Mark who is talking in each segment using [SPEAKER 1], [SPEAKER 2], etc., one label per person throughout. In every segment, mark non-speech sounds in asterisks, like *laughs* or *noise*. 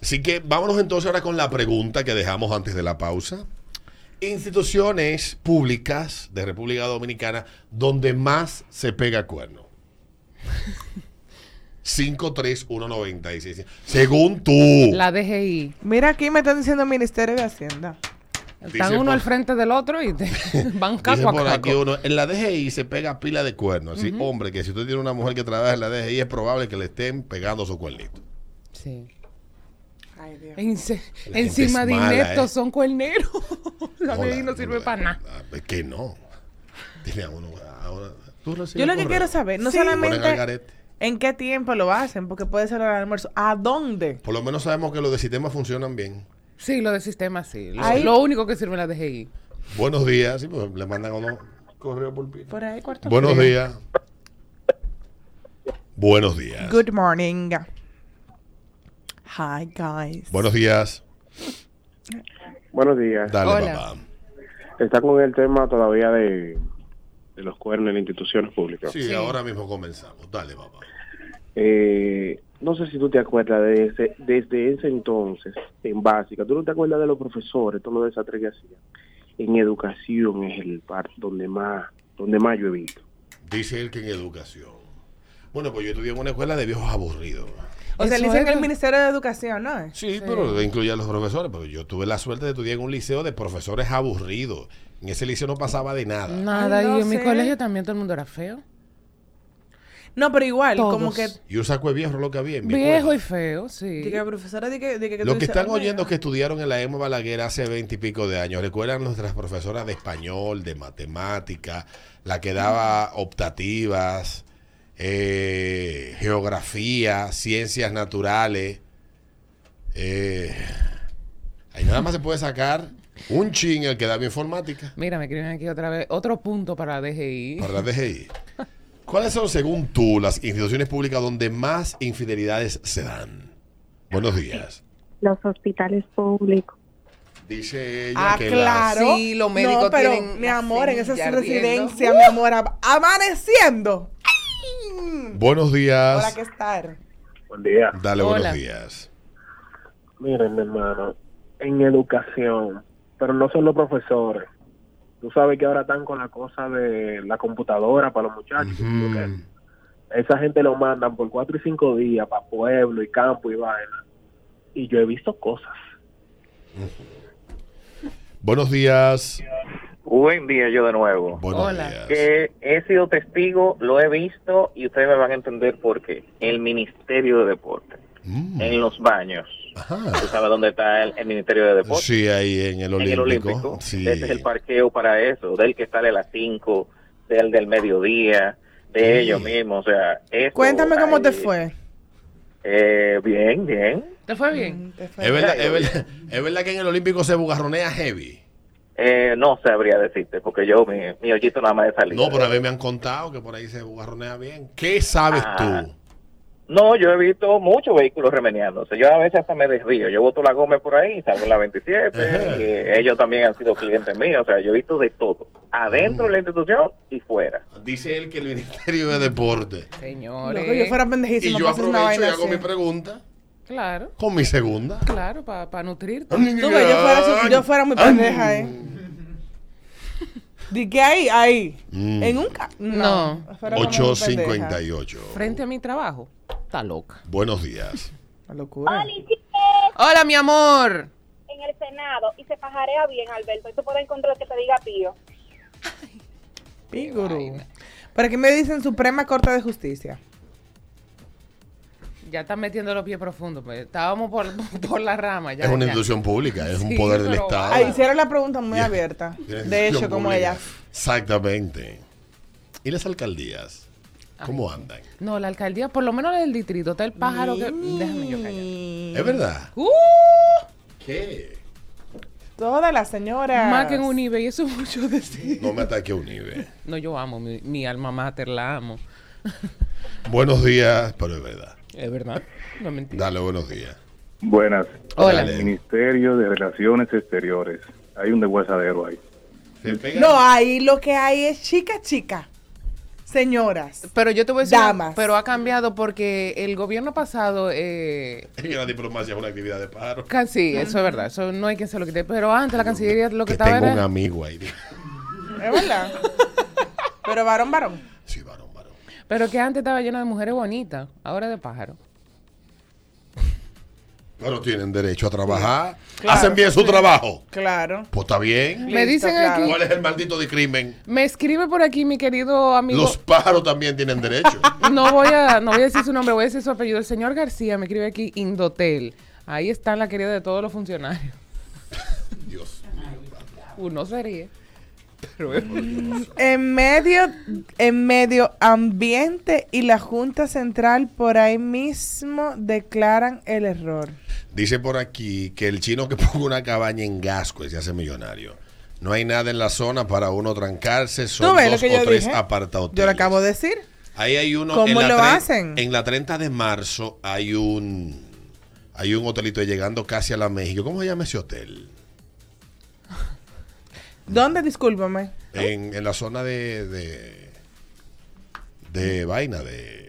[SPEAKER 1] Así que vámonos entonces ahora con la pregunta que dejamos antes de la pausa. Instituciones públicas de República Dominicana donde más se pega
[SPEAKER 2] *laughs*
[SPEAKER 1] cuerno. 53196. Según tú.
[SPEAKER 2] La DGI.
[SPEAKER 3] Mira, aquí me están diciendo Ministerio de Hacienda.
[SPEAKER 2] Están
[SPEAKER 1] Dice
[SPEAKER 2] uno
[SPEAKER 1] por-
[SPEAKER 2] al frente del otro y te
[SPEAKER 1] *laughs*
[SPEAKER 2] van
[SPEAKER 1] Dice
[SPEAKER 2] caco a
[SPEAKER 1] por
[SPEAKER 2] caco.
[SPEAKER 1] aquí uno, en la DGI se pega pila de cuernos. Así, hombre, que si usted tiene una mujer que trabaja en la DGI, es probable que le estén pegando su cuernito.
[SPEAKER 2] Sí.
[SPEAKER 3] Ay, Dios.
[SPEAKER 2] En se-
[SPEAKER 1] La gente
[SPEAKER 2] encima
[SPEAKER 1] es
[SPEAKER 2] de
[SPEAKER 1] mala,
[SPEAKER 2] Inesto
[SPEAKER 1] ¿eh?
[SPEAKER 2] son cuerneros. *laughs* la
[SPEAKER 1] No,
[SPEAKER 2] DGI
[SPEAKER 1] la-
[SPEAKER 2] no sirve
[SPEAKER 1] la-
[SPEAKER 2] para nada.
[SPEAKER 1] la- Es que no. Tiene a uno. a uno- ¿tú recibes
[SPEAKER 3] Yo lo que
[SPEAKER 1] correo?
[SPEAKER 3] quiero saber, no
[SPEAKER 1] Sí. Ponen al
[SPEAKER 3] solamente
[SPEAKER 1] garete.
[SPEAKER 3] en qué tiempo lo hacen, porque puede ser al almuerzo. ¿A dónde?
[SPEAKER 1] Por lo menos sabemos que los de sistema funcionan bien.
[SPEAKER 2] Sí, lo del sistema sí. Lo,
[SPEAKER 3] Ahí-
[SPEAKER 2] lo único que sirve la DGI.
[SPEAKER 1] Buenos días. Sí, pues, le mandan a uno correo por pila.
[SPEAKER 3] Por ahí, cuarto.
[SPEAKER 1] Buenos días. Buenos días.
[SPEAKER 3] Good morning. Hi, guys.
[SPEAKER 1] Buenos días.
[SPEAKER 4] Buenos días.
[SPEAKER 1] Dale,
[SPEAKER 2] Hola.
[SPEAKER 1] papá.
[SPEAKER 4] Está con el tema todavía de, de los cuernos en las instituciones públicas.
[SPEAKER 1] Sí,
[SPEAKER 2] Sí.
[SPEAKER 1] ahora mismo comenzamos. Dale, papá.
[SPEAKER 4] Eh, no sé si tú te acuerdas de ese, desde ese entonces, en básica, tú no te acuerdas de los profesores, todos los desastres que hacían. En educación es el par donde más, donde más yo he visto.
[SPEAKER 1] Dice él que en educación. Bueno, pues yo estudié en una escuela de viejos aburridos.
[SPEAKER 3] O sea,
[SPEAKER 2] Eso
[SPEAKER 3] le dicen
[SPEAKER 2] es
[SPEAKER 3] el
[SPEAKER 2] lo-
[SPEAKER 3] Ministerio de Educación, ¿no? es?
[SPEAKER 1] Sí, pero incluía a los profesores. Pero yo tuve la suerte de estudiar en un liceo de profesores aburridos. En ese liceo no pasaba de nada.
[SPEAKER 2] Nada,
[SPEAKER 3] Ay, no
[SPEAKER 2] y en mi
[SPEAKER 3] sé.
[SPEAKER 2] colegio también todo el mundo era feo.
[SPEAKER 3] No, pero igual,
[SPEAKER 2] Todos.
[SPEAKER 3] como que...
[SPEAKER 1] Y un saco de viejo lo que había en mi
[SPEAKER 2] Viejo
[SPEAKER 1] escuela.
[SPEAKER 2] y feo, sí.
[SPEAKER 3] De que profesora, de que, de que tú
[SPEAKER 1] Los que
[SPEAKER 3] dices,
[SPEAKER 1] están
[SPEAKER 3] "Oh, mira".
[SPEAKER 1] oyendo que estudiaron en la EMO Balaguer hace veinte y pico de años, recuerdan nuestras profesoras de español, de matemática, la que daba optativas, eh, geografía, ciencias naturales. Eh, ahí nada más se puede sacar un chin el que daba informática
[SPEAKER 2] Mira, me escriben aquí otra vez. Otro punto para la DGI.
[SPEAKER 1] para
[SPEAKER 3] *laughs*
[SPEAKER 1] la DGI. ¿Cuáles son, según tú, las instituciones públicas donde más infidelidades se dan? Buenos días.
[SPEAKER 3] Ah,
[SPEAKER 5] los hospitales públicos.
[SPEAKER 1] Dice ella
[SPEAKER 3] Ah,
[SPEAKER 1] que las-
[SPEAKER 3] claro.
[SPEAKER 6] Sí, los médicos
[SPEAKER 3] no, pero,
[SPEAKER 6] tienen
[SPEAKER 3] mi
[SPEAKER 6] la
[SPEAKER 3] amor, en esa
[SPEAKER 6] semilla
[SPEAKER 3] residencia, mi amor, ab- amaneciendo.
[SPEAKER 1] Buenos días.
[SPEAKER 3] Ahora que estar.
[SPEAKER 4] Buen día.
[SPEAKER 1] Dale,
[SPEAKER 2] Hola.
[SPEAKER 1] buenos días.
[SPEAKER 4] Ah, Miren, mi hermano, en educación, pero no son los profesores. Tú sabes que ahora están con la cosa de la computadora para los muchachos. porque
[SPEAKER 1] Mm,
[SPEAKER 4] Esa gente lo mandan por cuatro y cinco días para pueblo y campo y vaina. Y yo he visto cosas.
[SPEAKER 1] Buenos días.
[SPEAKER 7] Buen día yo de nuevo.
[SPEAKER 1] Buenos
[SPEAKER 2] Hola.
[SPEAKER 1] días.
[SPEAKER 7] Que he sido testigo, lo he visto y ustedes me van a entender por qué. El Ministerio de Deporte,
[SPEAKER 1] Mm,
[SPEAKER 7] en los baños.
[SPEAKER 1] Ajá.
[SPEAKER 7] ¿Tú sabes dónde está el, el Ministerio de Deporte?
[SPEAKER 1] Sí, ahí en el
[SPEAKER 7] en el
[SPEAKER 1] Olímpico.
[SPEAKER 7] Olímpico.
[SPEAKER 1] Sí.
[SPEAKER 7] Ese es el parqueo para eso, del que sale a las 5, del del mediodía, de
[SPEAKER 1] Sí.
[SPEAKER 7] ellos mismos. O sea, eso
[SPEAKER 3] Cuéntame cómo
[SPEAKER 7] ahí-
[SPEAKER 3] te fue.
[SPEAKER 7] Eh, bien, bien.
[SPEAKER 2] ¿Te fue bien?
[SPEAKER 3] Te fue.
[SPEAKER 1] Es verdad, es verdad- es verdad que en el Olímpico se bugarronea heavy.
[SPEAKER 7] Eh, no sabría decirte, porque yo mi, mi hoyito nada más de salir.
[SPEAKER 1] No, pero a mí me han contado que por ahí se bugarronea bien. ¿Qué sabes
[SPEAKER 7] Ah.
[SPEAKER 1] tú?
[SPEAKER 7] No, yo he visto muchos vehículos remeniándose. Yo a veces hasta me desvío. Yo boto la Gómez por ahí, salgo en la 27.
[SPEAKER 1] Ajá.
[SPEAKER 7] y ellos también han sido clientes míos. O sea, yo he visto de todo. Adentro de la institución y fuera.
[SPEAKER 1] Dice él que el Ministerio de Deporte.
[SPEAKER 2] Señores.
[SPEAKER 3] Loco, yo fuera
[SPEAKER 1] Y
[SPEAKER 3] pendejísima.
[SPEAKER 1] yo
[SPEAKER 3] pases una
[SPEAKER 1] aprovecho y
[SPEAKER 3] vaina
[SPEAKER 1] hago
[SPEAKER 3] así.
[SPEAKER 1] mi pregunta
[SPEAKER 2] Claro,
[SPEAKER 1] con mi segunda.
[SPEAKER 2] claro, para
[SPEAKER 1] Ah,
[SPEAKER 2] nutrirte.
[SPEAKER 3] Tú ves, yo fuera, su- yo fuera muy pendeja, ¿eh? ¿De qué ahí? Ahí.
[SPEAKER 1] Mm.
[SPEAKER 3] ¿En un ca
[SPEAKER 2] No.
[SPEAKER 3] fuera como muy pendeja.
[SPEAKER 1] 858.
[SPEAKER 2] Frente a mi trabajo. Está loca.
[SPEAKER 1] Buenos días.
[SPEAKER 3] Una locura.
[SPEAKER 2] Hola, mi amor.
[SPEAKER 5] En el Senado y se pajarea bien, Alberto. Y tú puedes encontrar que te diga pío.
[SPEAKER 3] Pígoro. Pero aquí me dicen Suprema Corte de Justicia.
[SPEAKER 2] Ya estás metiendo los pies profundos. pues. Estábamos por, *laughs* por la rama. Ya,
[SPEAKER 1] es una
[SPEAKER 2] ya.
[SPEAKER 1] institución pública, es un
[SPEAKER 2] Sí,
[SPEAKER 1] poder del
[SPEAKER 2] pero
[SPEAKER 1] Estado.
[SPEAKER 2] Ah.
[SPEAKER 3] Ahí hicieron la pregunta muy
[SPEAKER 1] Ya.
[SPEAKER 3] abierta.
[SPEAKER 1] Una
[SPEAKER 3] De
[SPEAKER 1] institución
[SPEAKER 3] hecho, como
[SPEAKER 1] pública.
[SPEAKER 3] ella.
[SPEAKER 1] Exactamente. ¿Y las alcaldías? ¿Cómo andan?
[SPEAKER 2] No, la alcaldía, por lo menos la del distrito, está el pájaro que. Déjame yo callar.
[SPEAKER 1] ¿Es verdad?
[SPEAKER 2] ¡Uh!
[SPEAKER 1] ¿Qué?
[SPEAKER 3] Todas las señoras.
[SPEAKER 2] Más que en un nivel, y eso es mucho decir.
[SPEAKER 1] No me ataque un nivel.
[SPEAKER 2] No, yo amo mi, mi alma mater, la amo.
[SPEAKER 1] Buenos días, pero es verdad.
[SPEAKER 2] Es verdad, no es mentira.
[SPEAKER 1] Dale, buenos días.
[SPEAKER 8] Buenas.
[SPEAKER 2] Hola.
[SPEAKER 1] Dale.
[SPEAKER 8] Ministerio de Relaciones Exteriores. Hay un desguazadero ahí.
[SPEAKER 3] ah.
[SPEAKER 1] Se pega-
[SPEAKER 3] No, ahí lo que hay es chica, chica. señoras.
[SPEAKER 2] Pero yo te voy a decir,
[SPEAKER 3] Damas.
[SPEAKER 2] pero ha cambiado porque el gobierno pasado, eh,
[SPEAKER 1] Y la diplomacia es una actividad de paro.
[SPEAKER 2] ca- sí, eso es verdad, eso no hay quien se lo quite, pero antes la Cancillería lo
[SPEAKER 1] Que
[SPEAKER 2] que estaba
[SPEAKER 1] tengo un
[SPEAKER 2] era...
[SPEAKER 1] amigo ahí.
[SPEAKER 2] *laughs*
[SPEAKER 3] Es verdad. Pero varón, varón.
[SPEAKER 1] Sí, varón, varón.
[SPEAKER 2] Pero que antes estaba llena de mujeres bonitas, ahora de pájaros.
[SPEAKER 1] Pero tienen derecho a trabajar.
[SPEAKER 3] Claro.
[SPEAKER 1] Hacen bien su trabajo.
[SPEAKER 3] Claro.
[SPEAKER 1] Pues está bien.
[SPEAKER 2] Me dicen
[SPEAKER 3] claro.
[SPEAKER 2] aquí-
[SPEAKER 1] ¿Cuál es el maldito de crimen?
[SPEAKER 2] Me escribe por aquí mi querido amigo...
[SPEAKER 1] Los pájaros también tienen derecho. *laughs*
[SPEAKER 2] No voy a no voy a decir su nombre, voy a decir su apellido. El señor García me escribe aquí Indotel. Ahí está la querida de todos los funcionarios. Uh,
[SPEAKER 1] Dios.
[SPEAKER 2] Uno sería.
[SPEAKER 3] En medio, en medio ambiente y la Junta Central por ahí mismo declaran el error.
[SPEAKER 1] Dice por aquí que el chino que *laughs* ponga una cabaña en Gasco se hace millonario. No hay nada en la zona para uno trancarse.
[SPEAKER 3] ¿Tú
[SPEAKER 1] Son
[SPEAKER 3] ves lo
[SPEAKER 1] dos
[SPEAKER 3] que yo
[SPEAKER 1] o tres
[SPEAKER 3] dije?
[SPEAKER 1] apartahoteles.
[SPEAKER 3] Yo lo acabo de decir.
[SPEAKER 1] Ahí hay uno.
[SPEAKER 3] ¿Cómo
[SPEAKER 1] la
[SPEAKER 3] lo
[SPEAKER 1] tre-
[SPEAKER 3] hacen?
[SPEAKER 1] En la 30 de marzo hay un hay un hotelito llegando casi a la México. ¿Cómo se llama ese hotel?
[SPEAKER 3] ¿Dónde? Discúlpame.
[SPEAKER 1] En, en la zona de de, de vaina de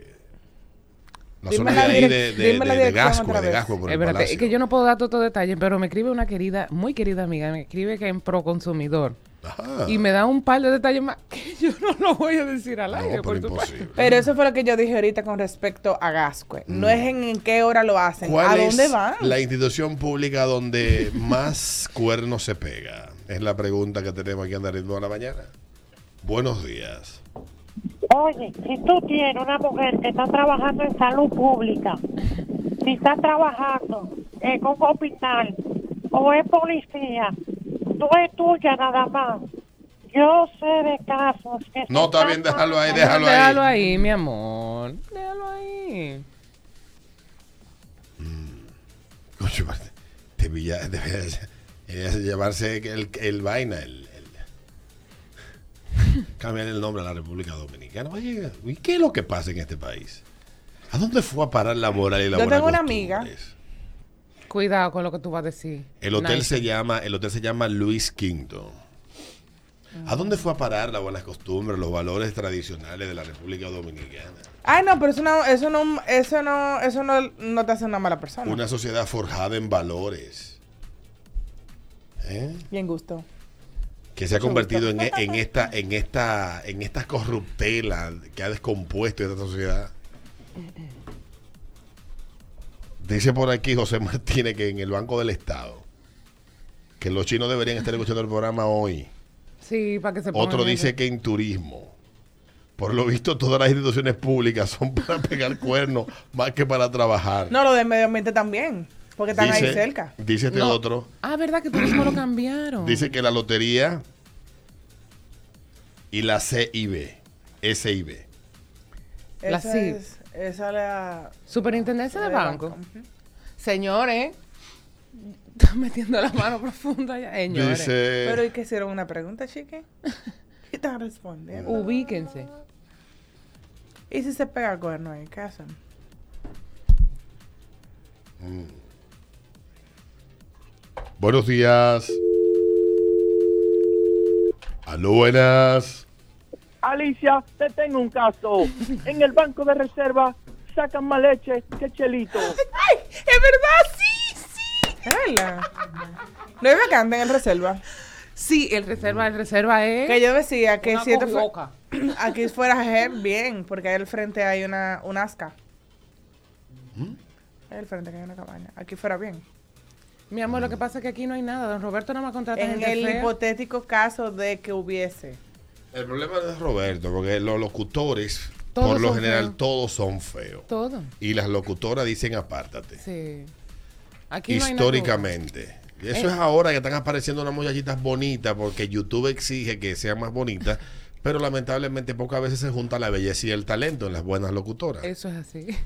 [SPEAKER 1] la
[SPEAKER 3] Dime
[SPEAKER 1] zona de
[SPEAKER 3] la
[SPEAKER 1] ahí
[SPEAKER 3] direc-
[SPEAKER 1] de, de,
[SPEAKER 3] dime la
[SPEAKER 1] de- de
[SPEAKER 3] dirección
[SPEAKER 1] Gasco,
[SPEAKER 3] otra
[SPEAKER 1] de
[SPEAKER 3] vez.
[SPEAKER 1] Gasco por el
[SPEAKER 2] Espérate, es
[SPEAKER 1] palacio.
[SPEAKER 2] que yo no puedo dar todos los detalles, pero me escribe una querida, muy querida amiga, me escribe que en Pro Consumidor.
[SPEAKER 1] Ajá.
[SPEAKER 2] Y me da un par de detalles más que *laughs* yo no lo voy a decir al
[SPEAKER 1] No,
[SPEAKER 2] aire,
[SPEAKER 1] pero
[SPEAKER 2] por
[SPEAKER 1] imposible.
[SPEAKER 2] supuesto.
[SPEAKER 3] Pero eso fue lo que yo dije ahorita con respecto a Gascue. No es en, en qué hora lo hacen, a
[SPEAKER 1] Mm. ¿Cuál
[SPEAKER 3] dónde
[SPEAKER 1] es
[SPEAKER 3] van.
[SPEAKER 1] la institución pública donde más cuernos se pega? Es la pregunta que tenemos aquí en Ritmo de la Mañana. Buenos días.
[SPEAKER 6] Oye, si tú tienes una mujer que está trabajando en salud pública, si está trabajando en un hospital o es policía, no es tuya nada más. Yo sé de casos que...
[SPEAKER 1] No,
[SPEAKER 6] se
[SPEAKER 1] está bien,
[SPEAKER 6] casan-
[SPEAKER 1] déjalo ahí, déjalo ahí.
[SPEAKER 2] Déjalo ahí, mi amor. Déjalo ahí.
[SPEAKER 1] Coño, Marte, debía, *laughs* debía- debía eh, llevarse el, el vaina, el, el- cambiar el nombre a la República Dominicana. Oye, ¿y qué es lo que pasa en este país? ¿A dónde fue a parar la moral y la
[SPEAKER 3] Yo
[SPEAKER 1] buena
[SPEAKER 3] tengo una
[SPEAKER 1] costumbres?
[SPEAKER 3] amiga.
[SPEAKER 2] Cuidado con lo que tú vas a decir.
[SPEAKER 1] El hotel
[SPEAKER 2] Nice.
[SPEAKER 1] se llama, el hotel se llama Luis Quinto. ¿A dónde fue a parar las buenas costumbres, los valores tradicionales de la República Dominicana?
[SPEAKER 3] Ay, no, pero eso no, eso no, eso no, eso no, no te hace una mala persona.
[SPEAKER 1] Una sociedad forjada en valores. ¿Eh?
[SPEAKER 3] Bien gusto.
[SPEAKER 1] que se ha convertido en, en esta en esta en esta corruptela que ha descompuesto esta sociedad dice por aquí José Martínez que en el Banco del Estado que los chinos deberían estar escuchando el programa hoy
[SPEAKER 2] Sí, para que se pongan
[SPEAKER 1] otro
[SPEAKER 2] en-
[SPEAKER 1] dice que en turismo por lo visto todas las instituciones públicas son *laughs* para pegar cuernos más que para trabajar
[SPEAKER 3] No, lo de medio ambiente también, porque están ahí cerca.
[SPEAKER 1] dice este
[SPEAKER 2] No.
[SPEAKER 1] otro
[SPEAKER 2] Ah, ¿verdad que turismo lo cambiaron?
[SPEAKER 1] Dice que la lotería y la CIB, SIB.
[SPEAKER 2] La
[SPEAKER 3] Esa
[SPEAKER 2] CID.
[SPEAKER 3] es, esa la
[SPEAKER 2] Superintendencia de
[SPEAKER 3] de
[SPEAKER 2] banco.
[SPEAKER 3] banco.
[SPEAKER 2] Señores, están metiendo la mano profunda ya. Señores,
[SPEAKER 3] Pero
[SPEAKER 1] Dice,
[SPEAKER 3] ¿y que hicieron una pregunta, chiqui? ¿Qué están respondiendo?
[SPEAKER 2] ubíquense.
[SPEAKER 3] ¿Y si se pega cuerno ahí? ¿Qué hacen?
[SPEAKER 1] buenos días. Aló, buenas.
[SPEAKER 9] Alicia, te tengo un caso. En el banco de reserva sacan más leche que chelito.
[SPEAKER 3] ¡Ay! ¡Es verdad! ¡Sí! ¡Sí! Es verdad. No hay vacante en el reserva.
[SPEAKER 2] Sí, el reserva, el reserva es.
[SPEAKER 3] Que yo decía que
[SPEAKER 2] una
[SPEAKER 3] si esto fue-
[SPEAKER 2] cojuoca.
[SPEAKER 3] *clears throat* aquí fuera a ser bien, porque ahí al frente hay una, un asca.
[SPEAKER 2] ¿Mm?
[SPEAKER 3] Ahí al frente que hay una cabaña. Aquí fuera bien.
[SPEAKER 2] Mi amor, lo que pasa es que aquí no hay nada. Don Roberto nada más contrata
[SPEAKER 3] En
[SPEAKER 2] gente
[SPEAKER 3] el
[SPEAKER 2] fea.
[SPEAKER 3] hipotético caso de que hubiese.
[SPEAKER 1] El problema no es Roberto, porque los locutores,
[SPEAKER 2] Todos
[SPEAKER 1] por lo
[SPEAKER 2] son
[SPEAKER 1] general,
[SPEAKER 2] feos.
[SPEAKER 1] todos son feos.
[SPEAKER 2] Todo.
[SPEAKER 1] Y las locutoras dicen apártate.
[SPEAKER 2] Sí. Aquí no hay nada. Eh.
[SPEAKER 1] históricamente. Y Eso es ahora que están apareciendo unas muchachitas bonitas porque YouTube exige que sean más bonitas, pero lamentablemente pocas veces se junta la belleza y el talento en las buenas locutoras.
[SPEAKER 2] Eso es así. *laughs*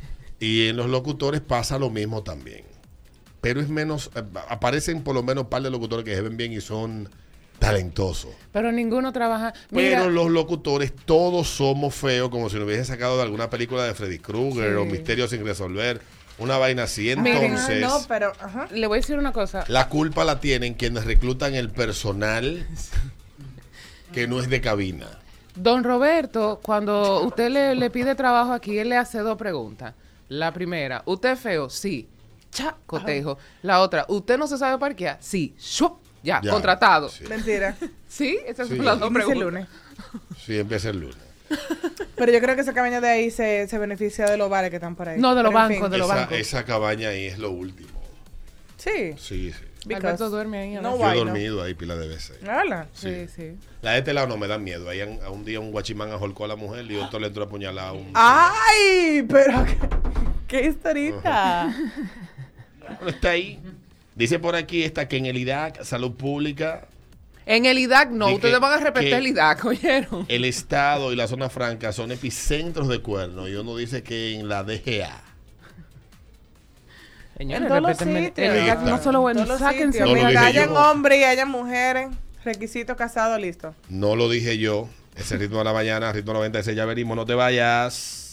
[SPEAKER 1] Y en los locutores pasa lo mismo también. Pero es menos, eh, aparecen por lo menos un par de locutores que se ven bien y son talentosos.
[SPEAKER 2] Pero ninguno trabaja. Mira,
[SPEAKER 1] Pero los locutores todos somos feos, como si nos hubiesen sacado de alguna película de Freddy Krueger
[SPEAKER 2] Sí.
[SPEAKER 1] o Misterio sin resolver, una vaina así.
[SPEAKER 2] Miren,
[SPEAKER 1] Entonces,
[SPEAKER 3] Ah, no, pero. Ajá.
[SPEAKER 2] le voy a decir una cosa.
[SPEAKER 1] la culpa la tienen quienes reclutan el personal que no es de cabina.
[SPEAKER 2] Don Roberto, cuando usted le, le pide trabajo aquí, él le hace dos preguntas. La primera, ¿usted es feo? Sí. Cha, cotejo. La otra, ¿usted no se sabe parquear? Sí. Shup, ya,
[SPEAKER 1] Ya,
[SPEAKER 2] contratado.
[SPEAKER 1] Sí.
[SPEAKER 2] Sí, *laughs*
[SPEAKER 3] Mentira.
[SPEAKER 2] esas
[SPEAKER 1] Sí.
[SPEAKER 2] son las dos
[SPEAKER 3] Inicia el
[SPEAKER 2] preguntas.
[SPEAKER 3] lunes.
[SPEAKER 1] Sí, empieza el lunes.
[SPEAKER 3] Pero yo creo que esa cabaña de ahí se, se beneficia de los bares que están por ahí.
[SPEAKER 2] No, de los
[SPEAKER 3] Pero, en
[SPEAKER 2] bancos, de
[SPEAKER 3] fin.
[SPEAKER 2] los
[SPEAKER 1] Esa,
[SPEAKER 2] bancos.
[SPEAKER 1] esa cabaña ahí es lo último.
[SPEAKER 3] Sí.
[SPEAKER 1] Sí, sí.
[SPEAKER 2] Alberto duerme ahí. a
[SPEAKER 3] No,
[SPEAKER 1] Yo
[SPEAKER 2] veces.
[SPEAKER 1] he
[SPEAKER 3] Guay,
[SPEAKER 1] dormido ahí pila de veces.
[SPEAKER 3] Hala.
[SPEAKER 2] Oh, Sí, sí.
[SPEAKER 1] La de este lado no me da miedo. Ahí han- a un día un guachimán ahorcó a la mujer y otro le entró a puñalada a un.
[SPEAKER 2] Ah.
[SPEAKER 3] ¡Ay! Pero qué, qué historita.
[SPEAKER 1] Bueno, Está ahí. Dice por aquí está que en el Irak, Salud Pública,
[SPEAKER 2] En el IDAC no,
[SPEAKER 1] Di que-
[SPEAKER 2] ustedes van a repetir
[SPEAKER 1] que-
[SPEAKER 2] el IDAC, *laughs* ¿oyeron?
[SPEAKER 1] el Estado y la zona franca son epicentros de cuernos. Y uno dice que en la DGA.
[SPEAKER 2] Señores,
[SPEAKER 3] todos los
[SPEAKER 2] respétenme el-
[SPEAKER 3] sitios.
[SPEAKER 2] el IDAC no solo
[SPEAKER 3] En
[SPEAKER 2] bueno,
[SPEAKER 3] todos los
[SPEAKER 2] sáquense.
[SPEAKER 3] sitios.
[SPEAKER 1] No lo
[SPEAKER 3] Mira,
[SPEAKER 1] dije
[SPEAKER 3] que hayan
[SPEAKER 1] yo.
[SPEAKER 3] hombres y hayan mujeres. Requisito casado, listo.
[SPEAKER 1] No lo dije yo. Ese ritmo de la mañana, ritmo 96, ya venimos, no te vayas.